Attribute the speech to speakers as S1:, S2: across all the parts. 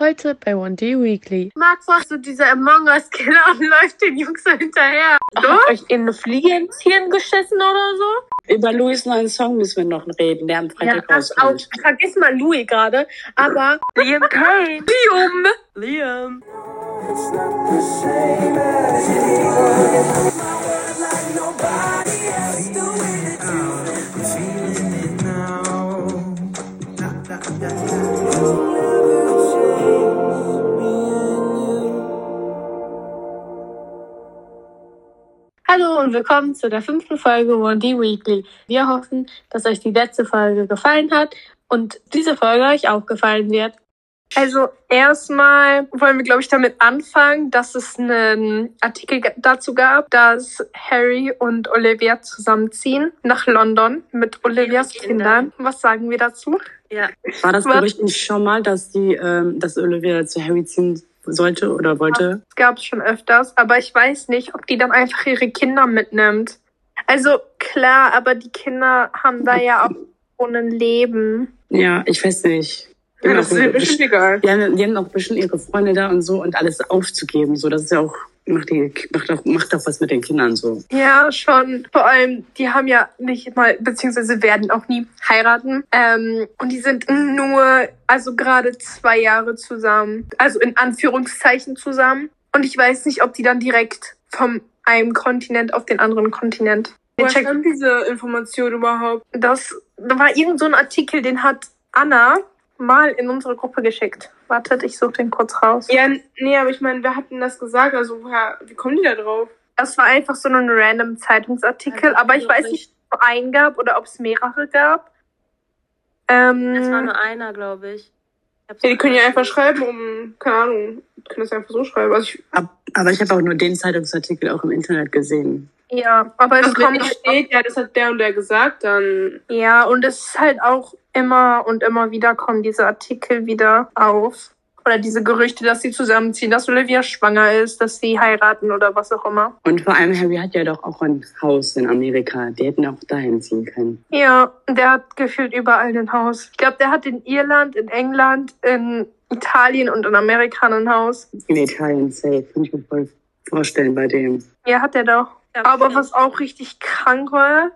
S1: Heute bei One Day Weekly.
S2: Marc Frost und dieser Among Us-Killer und läuft den Jungs so hinterher.
S3: Hat euch in eine Fliege ins Hirn geschissen oder so?
S4: Über Louis neuen Song müssen wir noch reden, der am
S2: Ja,
S4: Freitag
S2: das auch.
S4: rauskommt.
S2: Vergiss mal Louis gerade. Aber
S3: Liam Payne.
S2: Liam,
S3: Liam.
S2: hallo und willkommen zu der fünften Folge One D Weekly. Wir hoffen, dass euch die letzte Folge gefallen hat und diese Folge euch auch gefallen wird.
S5: Also erstmal wollen wir, glaube ich, damit anfangen, dass es einen Artikel g- dazu gab, dass Harry und Olivia zusammenziehen nach London mit Olivias
S3: Kindern.
S5: Kindern. Was sagen wir dazu?
S4: War das
S5: Was?
S4: Gerücht nicht schon mal, dass die, ähm, dass Olivia zu Harry ziehen sollte oder wollte?
S5: Das gab es schon öfters, aber ich weiß nicht, ob die dann einfach ihre Kinder mitnimmt. Also klar, aber die Kinder haben da ja auch ohne Leben.
S4: Ja, ich weiß nicht. Die haben, auch, best-
S5: egal.
S4: die haben, die haben auch bestimmt ihre Freunde da und so und alles aufzugeben. So, das ist ja auch, macht, die, macht, auch, macht auch was mit den Kindern so.
S5: Ja, schon. Vor allem, die haben ja nicht mal, beziehungsweise werden auch nie heiraten. Ähm, und die sind nur, also gerade zwei Jahre zusammen. Also in Anführungszeichen zusammen. Und ich weiß nicht, ob die dann direkt vom einem Kontinent auf den anderen Kontinent.
S2: Woher
S5: Check-
S2: stammt diese Information überhaupt?
S5: Das da war irgend so ein Artikel, den hat Anna mal in unsere Gruppe geschickt. Wartet, ich suche den kurz raus.
S2: Ja, nee, aber ich meine, wer hat denn das gesagt? Also, woher, wie kommen die da drauf?
S5: Das war einfach so ein random Zeitungsartikel, aber ich weiß nicht, ob es nur einen gab oder ob es mehrere gab. Ähm,
S3: Das war nur einer, glaube ich. Ich hab's
S2: Ja, die können ja
S3: vergessen.
S2: einfach schreiben, um, keine Ahnung, die können das einfach so schreiben. Also, ich,
S4: Ab, aber ich habe auch nur den Zeitungsartikel auch im Internet gesehen.
S5: ja, aber es
S2: also wenn
S5: kommt
S2: nicht steht, ja, das hat der und der gesagt, dann
S5: ja und es ist halt auch immer und immer wieder kommen diese Artikel wieder auf oder diese Gerüchte, dass sie zusammenziehen, dass Olivia schwanger ist, dass sie heiraten oder was auch immer.
S4: Und vor allem Harry hat ja doch auch ein Haus in Amerika. Die hätten auch dahin ziehen können.
S5: Ja, der hat gefühlt überall ein Haus. Ich glaube, der hat in Irland, in England, in Italien und in Amerika ein Haus.
S4: In Italien safe. Kann ich mir voll vorstellen bei dem.
S5: Ja, hat er doch.
S3: Ja,
S5: Aber
S3: bestimmt.
S5: was auch richtig krank war,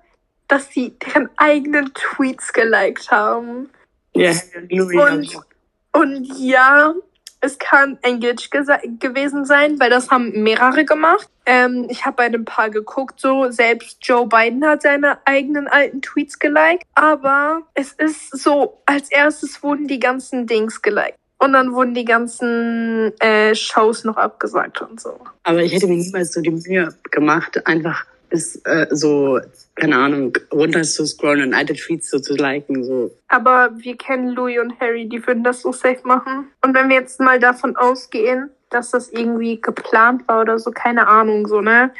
S5: dass sie deren eigenen Tweets geliked haben.
S4: Ja, Louis hab ich auch
S5: Und ja, es kann ein Glitch gesa- gewesen sein, weil das haben mehrere gemacht. Ähm, ich habe bei einem paar geguckt, so selbst Joe Biden hat seine eigenen alten Tweets geliked. Aber es ist so, als erstes wurden die ganzen Dings geliked. Und dann wurden die ganzen äh, Shows noch abgesagt und so.
S4: Aber ich hätte mir niemals so die Mühe gemacht, einfach ist, äh, so, keine Ahnung, runter zu scrollen und alte Tweets so zu liken. So.
S5: Aber wir kennen Louis und Harry, die würden das so safe machen. Und wenn wir jetzt mal davon ausgehen, dass das irgendwie geplant war oder so, keine Ahnung, so, ne?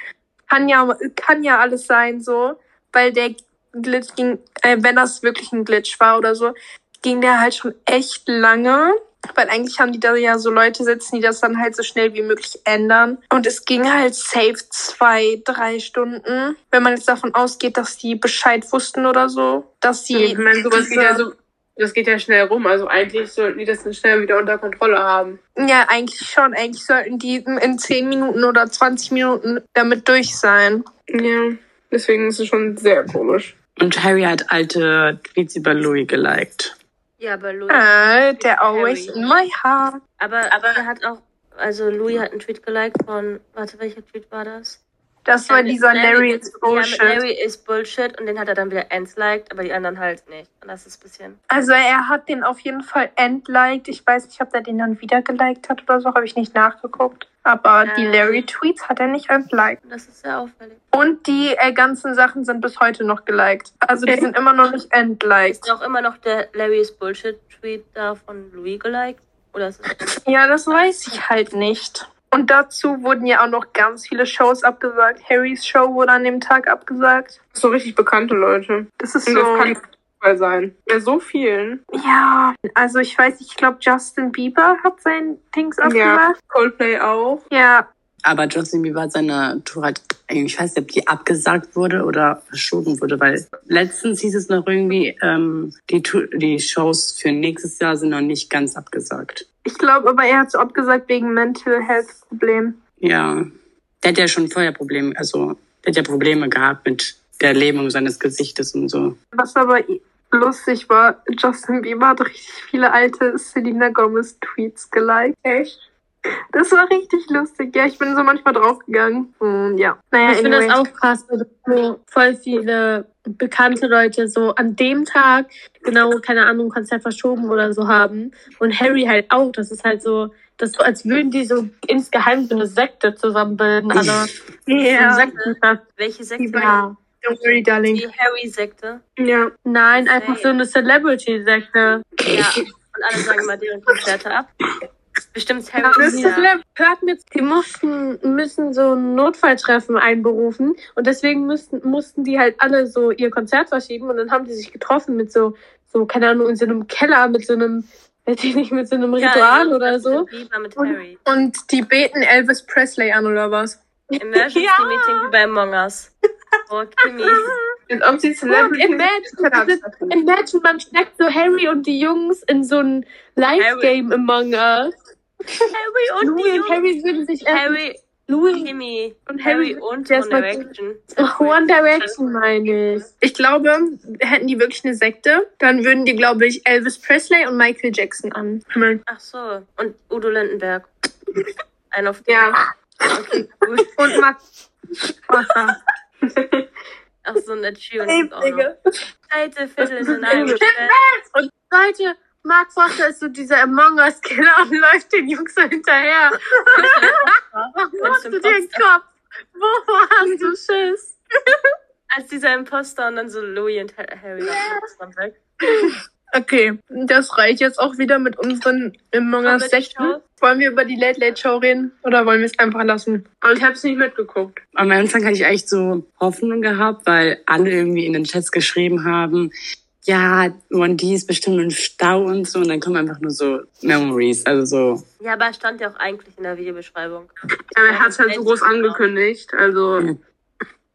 S5: Kann ja, kann ja alles sein, so. Weil der Glitch ging, äh, wenn das wirklich ein Glitch war oder so, ging der halt schon echt lange. Weil eigentlich haben die da ja so Leute sitzen, die das dann halt so schnell wie möglich ändern. Und es ging halt safe zwei, drei Stunden. Wenn man jetzt davon ausgeht, dass die Bescheid wussten oder so, dass die.
S2: ich meine, sowas geht
S5: diese-
S2: ja so, das geht ja schnell rum. Also, eigentlich sollten die das dann schnell wieder unter Kontrolle haben.
S5: Ja, eigentlich schon. Eigentlich sollten die in 10 Minuten oder 20 Minuten damit durch sein.
S2: Ja, deswegen ist es schon sehr komisch.
S4: Und Harry hat alte Tweets über Louis geliked.
S3: Ja, aber Louis.
S5: Äh, der always in my heart.
S3: Aber, aber er hat auch. Also, Louis hat einen Tweet geliked von. Warte, welcher Tweet war das?
S5: Das war
S3: Ja, mit
S5: dieser Larry is
S3: ist- Ja, mit
S5: Bullshit.
S3: Larry ist Bullshit und den hat er dann wieder entliked, aber die anderen halt nicht. Und das ist ein bisschen.
S5: Also er hat den auf jeden Fall entliked. Ich weiß nicht, ob er den dann wieder geliked hat oder so, habe ich nicht nachgeguckt. Aber die
S3: Ähm.
S5: Larry-Tweets hat er nicht entliked.
S3: Das ist sehr auffällig.
S5: Und die äh, ganzen Sachen sind bis heute noch geliked. Also die sind immer noch nicht entliked.
S3: Ist auch immer noch der Larry ist Bullshit-Tweet da von Louis geliked? Oder ist es.
S5: Ja, das weiß ich halt nicht. Und dazu wurden ja auch noch ganz viele Shows abgesagt. Harrys Show wurde an dem Tag abgesagt.
S2: So richtig bekannte Leute.
S5: Das ist
S2: Und
S5: so.
S2: das kann Zufall sein. Bei so vielen.
S5: Ja, also ich weiß, nicht, ich glaube, Justin Bieber hat sein Dings abgesagt.
S2: Coldplay auch.
S5: Ja.
S4: aber Justin Bieber hat seine Tour halt, ich weiß nicht, ob die abgesagt wurde oder verschoben wurde, weil letztens hieß es noch irgendwie, ähm, die, Tour- die Shows für nächstes Jahr sind noch nicht ganz abgesagt.
S5: Ich glaube aber, er hat es abgesagt wegen Mental Health Problem.
S4: Ja, der hat ja schon vorher Probleme, also der hat ja Probleme gehabt mit der Lähmung seines Gesichtes und so.
S5: Was aber i- lustig war, Justin Bieber hat richtig viele alte Selena Gomez Tweets geliked. Echt? Das war richtig lustig. Ja, ich bin so manchmal draufgegangen. Hm, ja. Naja,
S2: Ich finde
S5: anyway.
S2: das auch krass, weil das so voll viele bekannte Leute so an dem Tag genau, keine Ahnung, Konzert verschoben oder so haben. Und Harry halt auch. Das ist halt so, das ist so, als würden die so insgeheim so eine Sekte zusammenbilden. Also
S5: Ja.
S2: so eine Sektenschaft.
S3: Welche Sekte?
S5: Ja. Don't worry, darling.
S3: Die Harry-Sekte.
S5: Ja.
S2: Nein, einfach so eine Celebrity-Sekte.
S3: Ja. Und alle sagen mal deren Konzerte ab. Bestimmt
S2: Ja,
S3: Harry.
S2: das
S3: ist ja.
S2: Problem- Hört mir, zu, die mussten, müssen so ein Notfalltreffen einberufen und deswegen müssten, mussten die halt alle so ihr Konzert verschieben und dann haben die sich getroffen mit so, so keine Ahnung, in so einem Keller mit so einem, weiß ich nicht, mit so einem
S3: Ja,
S2: Ritual
S3: also
S2: oder so.
S3: Bieber mit
S5: Und-
S3: Harry.
S5: Und die beten Elvis Presley an, oder was?
S3: Emergency-Meeting wie bei Among Us. Oh, Kimi.
S5: Und ob sie
S2: Celebrity- Imagine, man steckt so Harry und die Jungs in so ein Live-Game Among Us.
S3: Harry und
S2: Louis und
S3: die Jungs.
S2: Harry würden sich essen.
S3: Harry,
S2: Louis
S3: Kimi.
S2: und
S3: Harry
S2: Harry.
S3: und
S2: Der
S3: One
S2: ist mal-
S3: Direction.
S2: Ach, One Direction meine ich.
S5: Ich glaube, hätten die wirklich eine Sekte, dann würden die, glaube ich, Elvis Presley und Michael Jackson an.
S3: Ach so. Und Udo Lindenberg. Ein auf
S5: Ja.
S3: Okay, gut.
S5: Und Max. Wasser.
S3: Ach so, eine Tune. Zweite Viertel in einem Fest.
S2: Leute, Mark Foster ist so dieser Among Us-Killer und läuft den Jungs so hinterher. Warum machst du dir den Kopf? Wovor hast du Schiss?
S3: Als dieser Imposter und dann so Louis und Ha- Harry laufen zusammen weg.
S5: Okay, das reicht jetzt auch wieder mit unseren Among
S3: Kommen wir
S5: Us
S3: zur
S5: Sekten.
S3: Show?
S5: Wollen wir über die Late Late Show reden oder wollen wir es einfach lassen? Aber ich habe es nicht mitgeguckt.
S4: Am Anfang hatte ich echt so Hoffnung gehabt, weil alle irgendwie in den Chats geschrieben haben, ja, One D ist bestimmt im Stau und so. Und dann kommen einfach nur so Memories, also so
S3: Ja, aber stand ja auch eigentlich in der Videobeschreibung.
S5: hat's
S2: halt
S5: angekündigt, also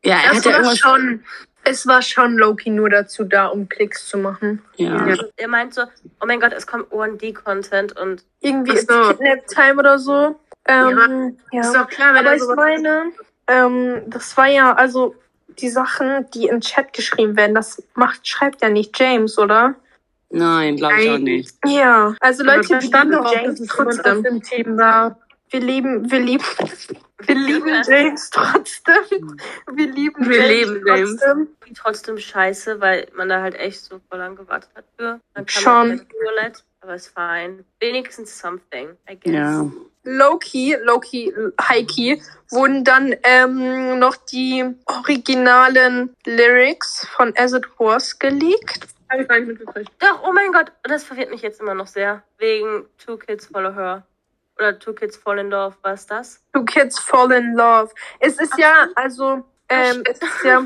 S4: Ja, er
S5: es
S4: hat ja
S5: war
S4: irgendwas.
S5: schon, es war schon Loki nur dazu da, um Klicks zu machen.
S4: ja.
S5: Ja.
S3: Er meint so, oh mein Gott, es kommt 1D-Content und
S5: Irgendwie
S2: Ach
S5: ist
S2: so.
S5: Kidnap Time oder so. Ähm,
S2: ja.
S5: ja. Ist doch klar, wenn
S2: Aber
S5: er
S2: ich
S5: sowas meine, ähm, das war ja also die Sachen, die im Chat geschrieben werden. Das macht schreibt ja nicht James, oder?
S4: Nein, glaube ich auch
S5: Nein.
S4: nicht.
S5: Ja. Also
S2: Aber
S5: Leute, wir
S2: verstanden
S5: lieben
S2: auch, dass
S5: James
S2: es jemand aus
S5: trotzdem.
S2: dem Team war.
S5: Wir lieben, wir lieben, wir lieben James trotzdem. Wir lieben
S2: Wir
S5: James
S2: lieben James.
S5: trotzdem.
S3: trotzdem scheiße, weil man da halt echt so voll lang gewartet hat für. Dann kam
S5: Schon.
S3: auch der Toilette, aber ist fein. Wenigstens something, I guess.
S4: Ja.
S5: Loki, Loki, Heiki, wurden dann ähm, noch die originalen Lyrics von As It Was gelegt. Habe ich gar nicht mitgekriegt.
S3: Doch, oh mein Gott, das verwirrt mich jetzt immer noch sehr. Wegen Two Kids Follow Her. Oder Two Kids Fall in Love, was ist das?
S5: Two Kids Fall in Love. Es ist ja, also, ähm, es ist ja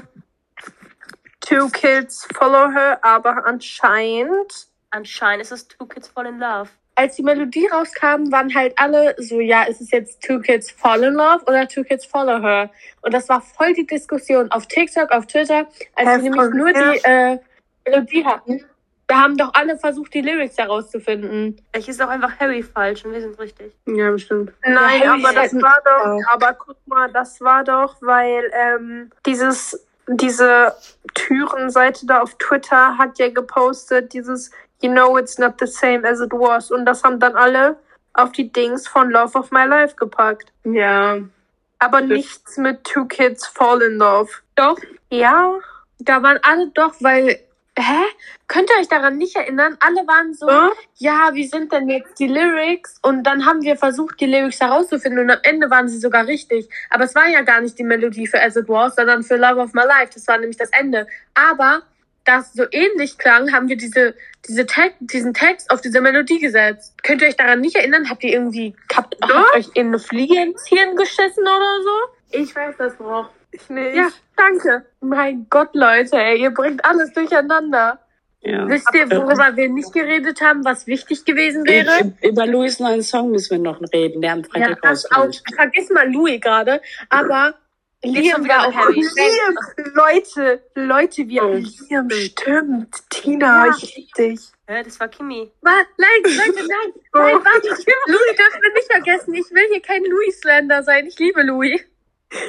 S5: Two Kids Follow Her, aber anscheinend.
S3: Anscheinend ist es Two Kids Fall in Love.
S2: Als die Melodie rauskam, waren halt alle so, ja, ist es jetzt Two Kids Fall in Love oder Two Kids Follow Her? Und das war voll die Diskussion auf TikTok, auf Twitter, als
S5: Ja,
S2: wir nämlich
S5: voll,
S2: nur
S5: ja.
S2: die äh, Melodie hatten. Da haben doch alle versucht, die Lyrics herauszufinden.
S3: Vielleicht ist auch einfach Harry falsch und wir sind richtig.
S5: Ja, bestimmt. Nein,
S2: Ja, Harry
S5: aber das
S2: ist-
S5: war doch, aber guck mal, das war doch, weil ähm, dieses, diese Türenseite da auf Twitter hat ja gepostet, dieses You know it's not the same as it was. Und das haben dann alle auf die Dings von Love of My Life gepackt.
S2: Ja.
S5: Aber nichts mit Two Kids Fall in Love.
S2: Doch,
S5: Ja.
S2: da waren alle doch, weil. Hä? Könnt ihr euch daran nicht erinnern? Alle waren so,
S5: Äh?
S2: ja, wie sind denn jetzt die Lyrics? Und dann haben wir versucht, die Lyrics herauszufinden und am Ende waren sie sogar richtig. Aber es war ja gar nicht die Melodie für As It Was, sondern für Love of My Life. Das war nämlich das Ende. Aber da es so ähnlich klang, haben wir diese, diese Te diesen Text auf diese Melodie gesetzt. Könnt ihr euch daran nicht erinnern? Habt ihr irgendwie habt, habt euch in eine Fliege ins Hirn geschissen oder so? Ich weiß das noch.
S5: Ich nicht.
S2: Ja, danke. Mein Gott, Leute, ey, ihr bringt alles durcheinander.
S4: Ja.
S2: Wisst ihr, worüber wir nicht geredet haben, was wichtig gewesen wäre?
S4: Über Louis neuen Song müssen wir noch reden, der am
S2: Ja,
S4: Freitag
S2: das auch.
S4: rauskommt.
S2: Vergiss mal Louis gerade, aber
S3: schon
S2: Liam
S3: wieder
S2: war
S3: mit
S2: auch
S3: Harry.
S2: Liam.
S5: Leute, Leute, wir
S4: Oh.
S5: Liam, stimmt. Tina,
S2: Ja.
S5: ich lieb dich.
S3: Hä, das war Kimi.
S2: War, nein, Leute, nein,
S5: Oh.
S2: nein, warte. Louis dürfen wir nicht vergessen. Ich will hier kein Louis-Slander sein. Ich liebe Louis.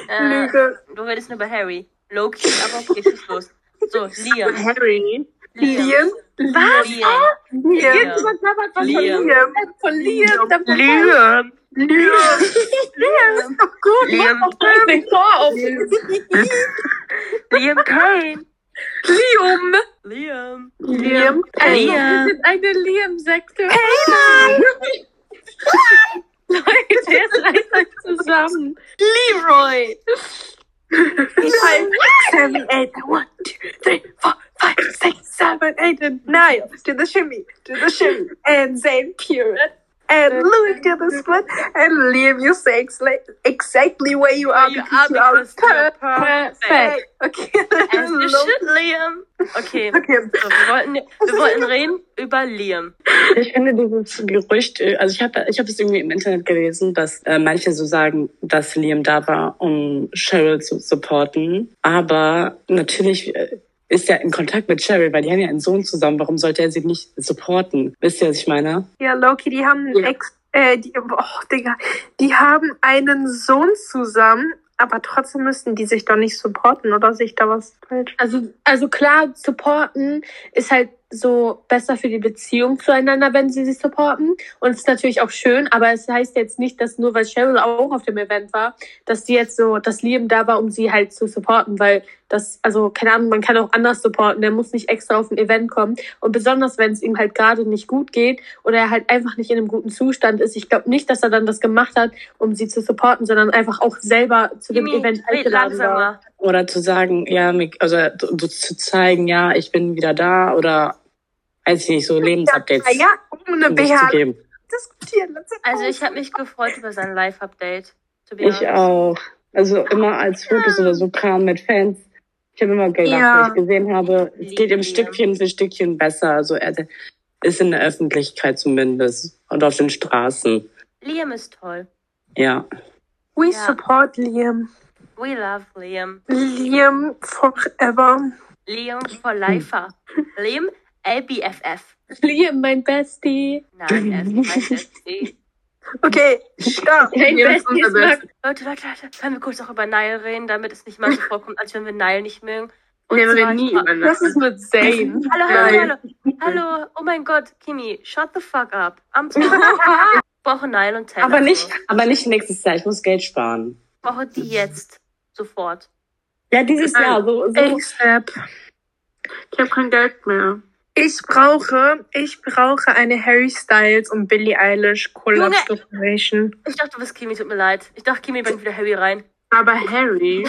S3: Äh,
S5: Lüge.
S3: Du redest nur über Harry. Loki, aber okay, schieß los. So, Liam.
S5: Harry.
S3: Liam.
S5: Liam.
S2: Was?
S3: Liam.
S2: Jetzt
S5: Liam.
S3: Ja.
S2: überklappert was
S4: Liam.
S5: Liam.
S2: von Liam. Von Liam. Liam.
S4: Liam!
S5: Liam.
S3: Liam.
S5: Gut.
S3: Liam.
S2: Den Chor auf.
S3: Liam Kane.
S2: Liam.
S3: Liam.
S5: Liam.
S2: Also,
S3: Liam.
S2: wir sind eine Liam-Sekte. Hey, Mann! Leute, jetzt reißt euch zusammen.
S3: Leroy.
S5: Five, seven, eight, one, two, three, four, five, six, seven, eight, and nine. Do the shimmy, do the shimmy, and Zane Puritan, and Louis do the split, and Liam, you say exa- exactly where you are
S3: Oh, You
S5: because you are
S3: are
S5: perfect.
S3: perfect.
S5: Okay,
S3: As you
S5: Lo-
S3: should, Liam. Okay.
S5: okay.
S3: So, wir wollten, wir wollten reden über Liam.
S4: Ich finde dieses Gerücht, äh, also ich habe ich hab es irgendwie im Internet gelesen, dass äh, manche so sagen, dass Liam da war, um Cheryl zu supporten. Aber natürlich äh, ist er in Kontakt mit Cheryl, weil die haben ja einen Sohn zusammen. Warum sollte er sie nicht supporten? Wisst ihr, was ich meine?
S5: Ja, Loki, die haben einen Ex. Äh, die, oh, Digga. Die haben einen Sohn zusammen, aber trotzdem müssen die sich doch nicht supporten, oder sehe ich da was falsch?
S2: Also, also klar, supporten ist halt so besser für die Beziehung zueinander, wenn sie sich supporten. Und es ist natürlich auch schön, aber es heißt jetzt nicht, dass nur weil Cheryl auch auf dem Event war, dass die jetzt so, dass Liam da war, um sie halt zu supporten, weil das, also keine Ahnung, man kann auch anders supporten, der muss nicht extra auf ein Event kommen. Und besonders, wenn es ihm halt gerade nicht gut geht oder er halt einfach nicht in einem guten Zustand ist, ich glaube nicht, dass er dann das gemacht hat, um sie zu supporten, sondern einfach auch selber zu dem
S3: Kimi,
S2: Event
S3: red
S2: eingeladen war.
S3: langsamer.
S4: Oder zu sagen, ja, mir- also so zu zeigen, ja, ich bin wieder da oder weiß ich nicht, so Lebensupdates
S5: Ja, ja, ohne
S4: um sich zu
S5: BH
S4: geben.
S5: diskutieren. Let's
S3: Also ich habe mich gefreut über sein Live-Update. to be
S4: Ich
S3: honest.
S4: auch. Also immer als Fotos oder so kamen mit Fans. Ich habe immer gelacht,
S5: Ja.
S4: wenn ich gesehen habe, es geht
S3: Liam.
S4: im Stückchen für Stückchen besser. Also er ist in der Öffentlichkeit zumindest und auf den Straßen.
S3: Liam ist toll.
S4: Ja.
S5: We
S3: Ja.
S5: support Liam.
S3: We love Liam.
S5: Liam forever.
S3: Liam for Lifer. Liam LBFF.
S2: Liam, mein Bestie.
S3: Nein, er ist mein Bestie.
S5: Okay, stopp.
S2: Dein
S5: Liam
S2: Bestie ist Max.
S3: Leute, Leute, Leute, können wir kurz auch über Nile reden, damit es nicht mal so vorkommt, als wenn wir Nile nicht mögen.
S6: Nee, aber
S3: zwar-
S6: wir nie über
S2: Was ist mit Zane?
S3: Hallo, hallo, hallo. Hallo, oh mein Gott, Kimi, shut the fuck up. I'm sorry. Ich brauche Nile und Taylor.
S4: Aber nicht,
S3: Ich
S4: aber nicht nächstes Jahr. Ich muss Geld sparen.
S3: brauche die jetzt. Sofort.
S4: Ja, dieses Jahr. So, so.
S5: ASAP.
S6: Ich habe kein Geld mehr.
S5: Ich brauche, ich brauche eine Harry Styles und Billie Eilish Collaboration.
S3: Ich dachte, du bist Kimi, tut mir leid. Ich dachte, Kimi bringt wieder Harry rein.
S6: Aber Harry,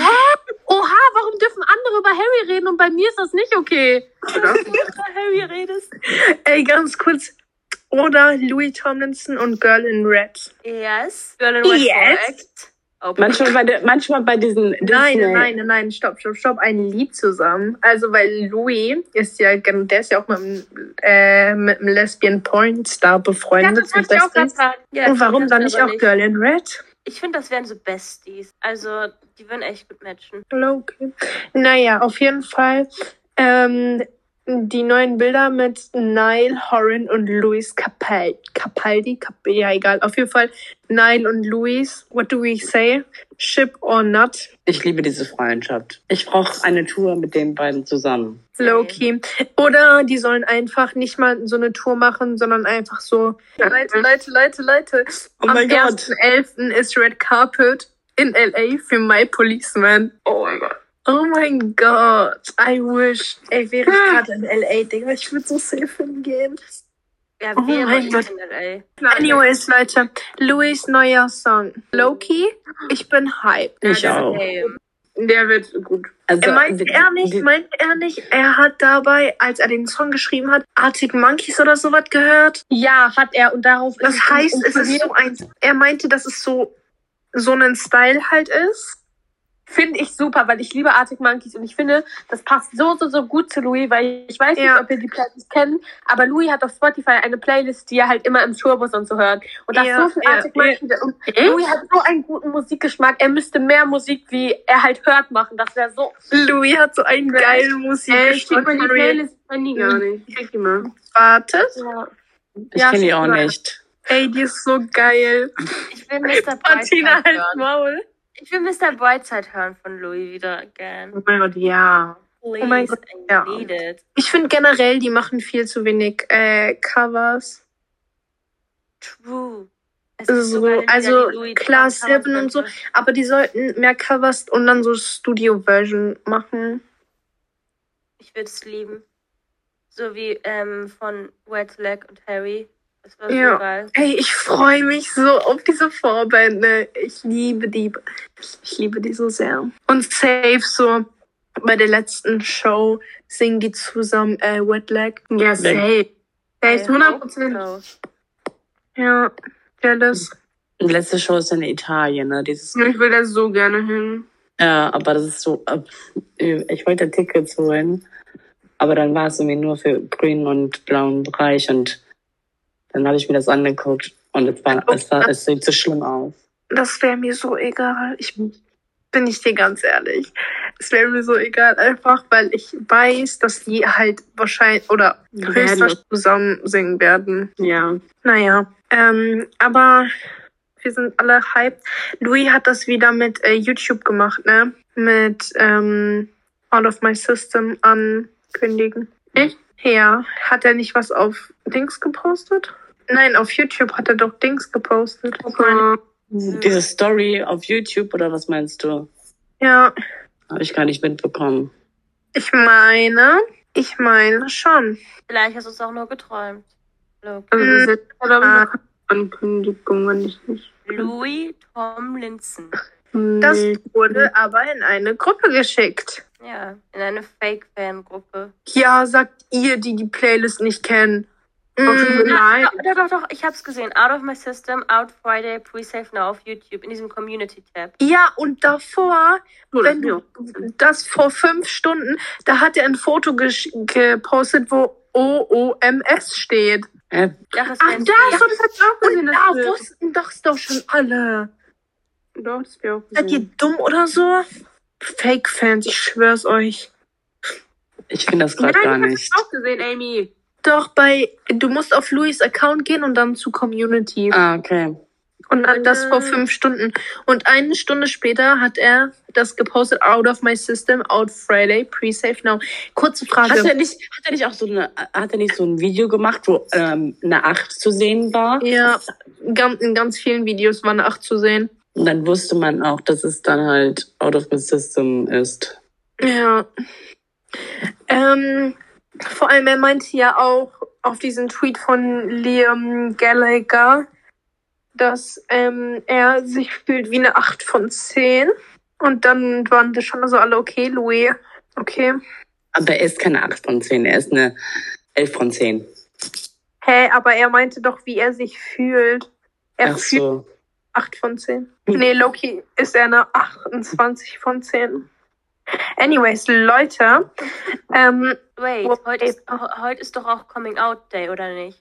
S2: Oha, warum dürfen andere über Harry reden und bei mir ist das nicht okay?
S3: Dass du über Harry redest.
S5: Ey, ganz kurz. Oder Louis Tomlinson und Girl in Red.
S3: Yes. Girl in Red
S5: Yes.
S3: Act. Oh,
S4: Manchmal bei, der, manchmal bei diesen
S5: Nein,
S4: Disney-
S5: nein, nein, nein, stopp, stopp, stopp, ein Lied zusammen. Also, weil Louis ist ja, gen- der ist ja auch mit, dem, äh, mit einem Lesbian Pornstar befreundet. mit Besties.
S3: Ja,
S5: Und warum
S3: das
S5: dann
S3: aber
S5: nicht auch Girl in Red?
S3: Ich finde, das wären so Besties. Also, die würden echt gut matchen.
S5: Okay. Naja, auf jeden Fall. Ähm, die neuen Bilder mit Nile Horan und Luis Capaldi. Capaldi? Cap ja, egal. Auf jeden Fall Nile und Luis. What do we say? Ship or not?
S4: Ich liebe diese Freundschaft. Ich brauche eine Tour mit den beiden zusammen.
S5: Loki. Oder die sollen einfach nicht mal so eine Tour machen, sondern einfach so. Leute, Leute, Leute, Leute.
S4: Oh
S5: Am
S4: mein Gott.
S5: 1.11. ist Red Carpet in LA für My Policeman.
S6: oh mein Gott.
S5: Oh mein Gott, I wish. Ey, wäre ich gerade in LA, Digga, ich würde so safe hingehen.
S3: Ja,
S5: Oh
S3: wäre
S5: mein
S3: ich
S5: Gott.
S3: in LA.
S5: Anyways, Leute, Louis neuer Song. Loki, ich bin hype.
S6: Also,
S4: Ich auch.
S3: Same.
S6: Der wird gut.
S4: Also,
S5: Er meint
S4: die-
S5: er nicht,
S4: die-
S5: meint er nicht, er hat dabei, als er den Song geschrieben hat, Arctic Monkeys oder sowas gehört.
S2: Ja, hat er und darauf
S5: Das
S2: es
S5: heißt, es ist
S2: inspiriert.
S5: so ein, er meinte, dass es so, so ein Style halt ist.
S2: Finde ich super, weil ich liebe Arctic Monkeys und ich finde, das passt so, so, so gut zu Louis, weil ich weiß
S5: Ja.
S2: nicht, ob ihr die Playlist kennt, aber Louis hat auf Spotify eine Playlist, die er halt immer im Tourbus und so hört. Und da ist
S5: Ja,
S2: so viel
S5: ja,
S2: Arctic Monkeys. Und
S6: Echt?
S2: Louis hat so einen guten Musikgeschmack. Er müsste mehr Musik, wie er halt hört, machen. Das wäre so.
S5: Louis hat so einen geilen
S6: Äh, schick
S5: Musikgeschmack.
S6: mal die
S5: Harry,
S6: Playlist Handy gar nicht. Schick die mal.
S5: Warte.
S3: Ja.
S4: Ich
S2: Ja,
S4: kenne die
S2: stimmt,
S4: auch
S2: ja.
S4: nicht.
S5: Ey, die ist so geil.
S3: Ich will Mr.
S2: Martina
S3: Brightside
S2: halt
S3: hören.
S2: Maul.
S3: Ich will Mr. Brightside hören von Louis wieder gern.
S6: Oh mein Gott, ja.
S3: Please,
S5: Oh mein Gott,
S3: I
S5: ja.
S3: need it.
S5: Ich finde generell, die machen viel zu wenig äh, Covers.
S3: True. Es
S5: Also,
S3: gibt so geile Lieder,
S5: also,
S3: die Louis
S5: klar,
S3: drauf haben
S5: Silben und so.
S3: könnte.
S5: Aber die sollten mehr Covers und dann so Studio-Version machen.
S3: Ich würde es lieben. So wie ähm, von Wet Leg und Harry. Das war
S5: Ja.
S3: so geil.
S5: Ey, ich freue mich so auf diese Vorband. Ne? Ich liebe die. Ich liebe die so sehr. Und safe so bei der letzten Show singen die zusammen äh, Wet Leg.
S6: Ja, safe. Safe, 100%.
S3: So.
S5: Ja, jealous.
S4: Die letzte Show ist in Italien, ne? Dieses,
S6: Ich will da so gerne
S5: Mhm.
S6: hin.
S4: äh, aber das ist so, äh, ich wollte Tickets holen, aber dann war es irgendwie nur für grünen und blauen Bereich und dann habe ich mir das angeguckt und es war, es war, es sieht so schlimm aus.
S5: Das wäre mir so egal. Ich bin ich dir ganz ehrlich. Es wäre mir so egal einfach, weil ich weiß, dass die halt wahrscheinlich oder
S6: Werden.
S5: höchstwahrscheinlich zusammen singen werden.
S6: Ja.
S5: Naja, ähm, aber wir sind alle hyped. Louis hat das wieder mit äh, YouTube gemacht, ne? Mit ähm, All of My System ankündigen.
S6: Echt?
S5: Ja. Hat er nicht was auf Dings gepostet? Nein, auf YouTube hat er doch Dings gepostet.
S6: Äh,
S4: Diese Story auf YouTube oder was meinst du?
S5: Ja,
S4: Habe ich gar nicht mitbekommen.
S5: ich meine, ich meine schon.
S3: Vielleicht hast du es auch nur geträumt. Look.
S6: Also,
S5: Mhm.
S6: das ist glaube ich,
S5: Ah.
S6: eine Ankündigung, wenn ich nicht.
S3: Louis Tomlinson.
S5: Das
S6: Nee.
S5: wurde aber in eine Gruppe geschickt.
S3: Ja, in eine Fake-Fan-Gruppe.
S5: Ja, sagt ihr, die die Playlist nicht kennen.
S6: Offen
S5: Mhm.
S6: Nein.
S3: Ah, Doch, doch, doch, doch, ich hab's gesehen. Out of my system, out Friday, pre-save now auf YouTube, in diesem Community-Tab.
S5: Ja, und davor
S6: Nur das
S5: wenn
S6: Video.
S5: du das vor fünf Stunden, da hat er ein Foto gesch- gepostet, wo OOMS steht.
S4: Äh,
S3: Ach, das
S5: Ach,
S3: wär ein
S5: da
S3: Spiel.
S5: ist
S6: das hab ich auch gesehen, das
S5: Da
S6: Bild.
S5: wussten doch doch schon alle.
S6: Doch, das hab ich auch
S5: Seid ihr
S6: gesehen.
S5: dumm oder so? Fake-Fans, ich schwör's euch.
S4: ich finde das
S6: Nein,
S4: gerade gar
S6: das hab
S4: nicht.
S6: ich auch gesehen, Amy.
S5: Doch bei, du musst auf Louis Account gehen und dann zu Community.
S4: Ah, okay.
S5: Und dann das vor fünf Stunden. Und eine Stunde später hat er das gepostet, out of my system, out Friday, pre-save now. Kurze Frage.
S4: Hat er nicht, hat er nicht auch so eine, hat er nicht so ein Video gemacht, wo ähm, eine Acht zu sehen war?
S5: Ja, ganz, in ganz vielen Videos war eine 8 zu sehen.
S4: Und dann wusste man auch, dass es dann halt out of the system ist.
S5: Ja. Ähm, vor allem, er meinte ja auch auf diesen Tweet von Liam Gallagher, dass ähm, er sich fühlt wie eine 8 von 10. Und dann waren das schon so alle, okay, Louis, okay.
S4: Aber er ist keine 8 von 10, er ist eine 11 von 10.
S5: Hä, aber er meinte doch, wie er sich fühlt. Er
S4: Ach
S5: fühlt
S4: so.
S5: 8 von 10. Nee, Loki ist er eine 28 von 10. Anyways, Leute, ähm,
S3: Wait, heute ist, ho- heute ist doch auch Coming Out Day, oder nicht?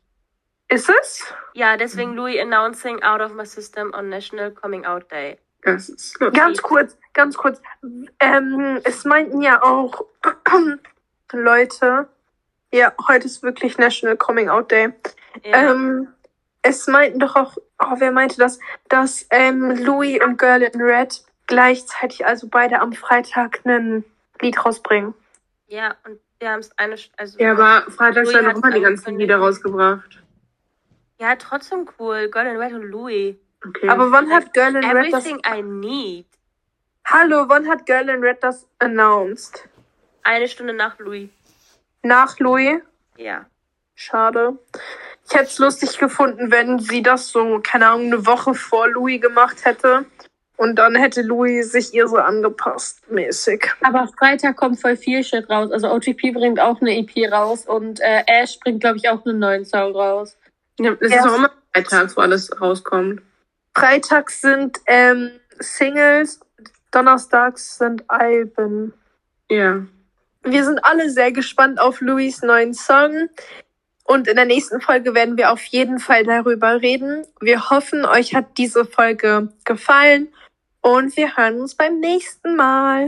S5: ist es?
S3: Ja,
S5: Mhm.
S3: deswegen Louis announcing out of my system on National Coming Out Day.
S6: Das ist so.
S5: Ganz kurz, ganz kurz. Ähm, es meinten ja auch Leute, ja, heute ist wirklich National Coming Out Day.
S3: Ja.
S5: Ähm, es meinten doch auch, oh, wer meinte das, dass ähm, Louis und Girl in Red gleichzeitig, also beide am Freitag, ein Lied rausbringen.
S3: ja, und wir haben es eine. Sch- Also,
S6: Ja, aber freitags
S3: Louis
S6: dann
S3: hat
S6: nochmal die ganzen
S3: angekündigt.
S6: Lieder rausgebracht.
S3: ja, trotzdem cool. Girl in Red und Louis.
S6: Okay.
S5: Aber wann hat Girl in Red das.
S3: Everything I need.
S5: Hallo, wann hat Girl in Red das announced?
S3: Eine Stunde nach Louis.
S5: Nach Louis?
S3: Ja.
S5: Schade. Ich hätte es lustig gefunden, wenn sie das so, keine Ahnung, eine Woche vor Louis gemacht hätte. Und dann hätte Louis sich ihr so angepasst, mäßig.
S2: Aber Freitag kommt voll viel Shit raus. Also OTP bringt auch eine EP raus und äh, Ash bringt, glaube ich, auch einen neuen Song raus.
S6: Ja, das ist
S5: Erst-
S6: auch immer freitags, wo alles rauskommt.
S5: Freitags sind ähm, Singles, Donnerstags sind Alben.
S6: Ja.
S5: Wir sind alle sehr gespannt auf Louis neuen Song. Und in der nächsten Folge werden wir auf jeden Fall darüber reden. Wir hoffen, euch hat diese Folge gefallen. Und wir hören uns beim nächsten Mal.